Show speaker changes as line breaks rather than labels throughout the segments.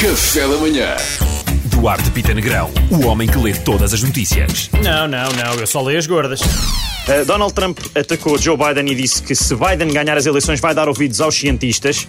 Café da manhã.
Duarte Pita Negrão, o homem que lê todas as notícias.
Não, não, não, eu só leio as gordas.
Uh, Donald Trump atacou Joe Biden e disse que se Biden ganhar as eleições vai dar ouvidos aos cientistas.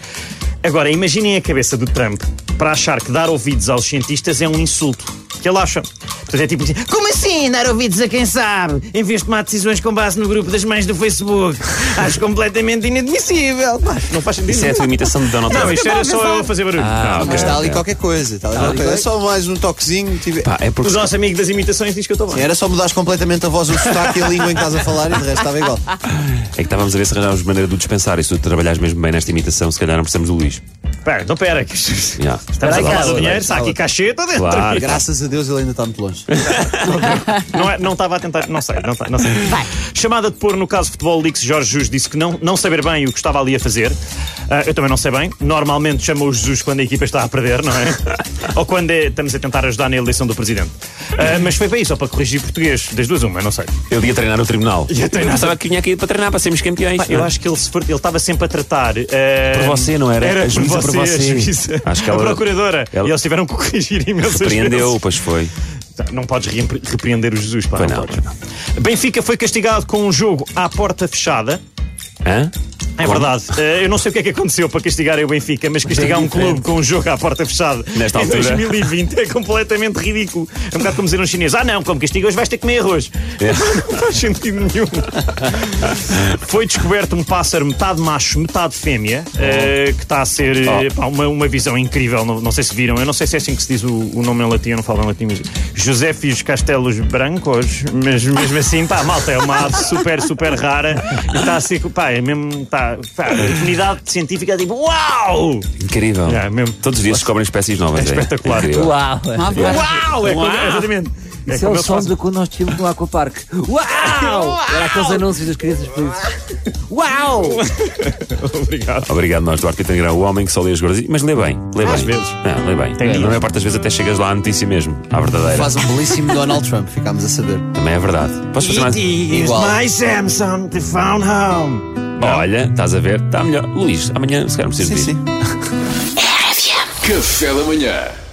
Agora, imaginem a cabeça do Trump para achar que dar ouvidos aos cientistas é um insulto. O que ele acha? Portanto, é tipo dizer, como assim dar ouvidos a quem sabe? Em vez de tomar decisões com base no grupo das mães do Facebook. Acho completamente inadmissível. Pá, Não faz sentido
Isso é a
nenhum.
tua imitação de Donald
Não,
Trump.
isto era só
é.
eu fazer barulho.
Ah,
Não,
ok.
Mas está ali qualquer coisa. É. Está ali qualquer coisa. É só mais um toquezinho. tive-
Pá, é porque
O nosso amigo das imitações diz que eu estou bem.
Era só mudares completamente a voz, o sotaque e a língua em que estás a falar e de resto estava igual.
é que estávamos a ver se arranjámos maneira de o dispensar. E se tu trabalhares mesmo bem nesta imitação, se calhar não precisamos do Luís.
Pera, então pera. que- Estamos
Já.
a falar
calma,
do dinheiro,
calma.
está aqui cacheta dentro.
Claro.
Graças a Deus ele ainda está muito longe.
Não é- não estava a tentar, não sei, não, tá- não sei. Chamada de pôr no caso de Futebol Leaks, Jorge Jus disse que não, não saber bem o que estava ali a fazer. Ah, eu também não sei bem. Normalmente chama o Jesus quando a equipa está a perder, não é? Ou quando é- estamos a tentar ajudar na eleição do presidente. Ah, mas foi para isso, ou para corrigir português, das duas uma, não sei.
Ele ia treinar no tribunal.
Ia treinar.
Eu Estava que tinha que ir para treinar para sermos campeões.
Pá, eu acho que ele se for- ele estava sempre a tratar. ah,
Por você, não era?
Era
A juíza por
por você,
você.
A, juíza,
Acho que
a
ela-
procuradora.
ela-
E eles tiveram que corrigir imensas
Repreendeu,
vezes.
pois foi.
Não podes re- repreender o Jesus, pá.
Pois
não
não,
podes. Benfica foi castigado com um jogo à porta fechada.
Hã?
É
Como?
verdade. Eh, eu não sei o que é que aconteceu para castigarem o Benfica, mas castigar um clube com um jogo à porta fechada
Nesta
em
altura.
2020 é completamente ridículo. É um bocado como dizer a um chinês: ah, não, como castiga hoje vais ter que comer arroz. não faz sentido nenhum. Foi descoberto um pássaro metade macho, metade fêmea, eh, que está a ser eh, pá, uma, uma visão incrível. Não, não sei se viram, eu não sei se é assim que se diz o, o nome em latim, eu não falo em latim, mas Joséfios Castelos Brancos, mas mesmo assim, pá, malta, é uma ave super, super rara. E Está a ser, pá, é mesmo, está, pá, a comunidade científica é tipo, uau!
Incrível.
É, mesmo.
Todos os dias descobrem espécies novas. É
espetacular.
Incrível.
Uau!
Uau! É, quando- exatamente. É
Esse é
como
o
eles
som
fazem.
do que nós tínhamos no Aquapark. Uau! Era aqueles anúncios das crianças felizes. Uau!
Obrigado.
Obrigado, nós, Duarte Pita Negrão, o homem que só lê as gordas. Mas lê bem, lê bem.
Às vezes.
Não, lê bem.
Tem
Na
dias.
maior parte das vezes até chegas lá à notícia mesmo, à verdadeira.
Faz um belíssimo Donald Trump, ficámos a saber.
Também é verdade. Posso fazer mais?
It is
Igual.
my Samsung the phone home.
Olha, estás a ver? Está melhor. Luís, amanhã se calhar não precisas
Sim,
de ir.
sim.
Café da manhã.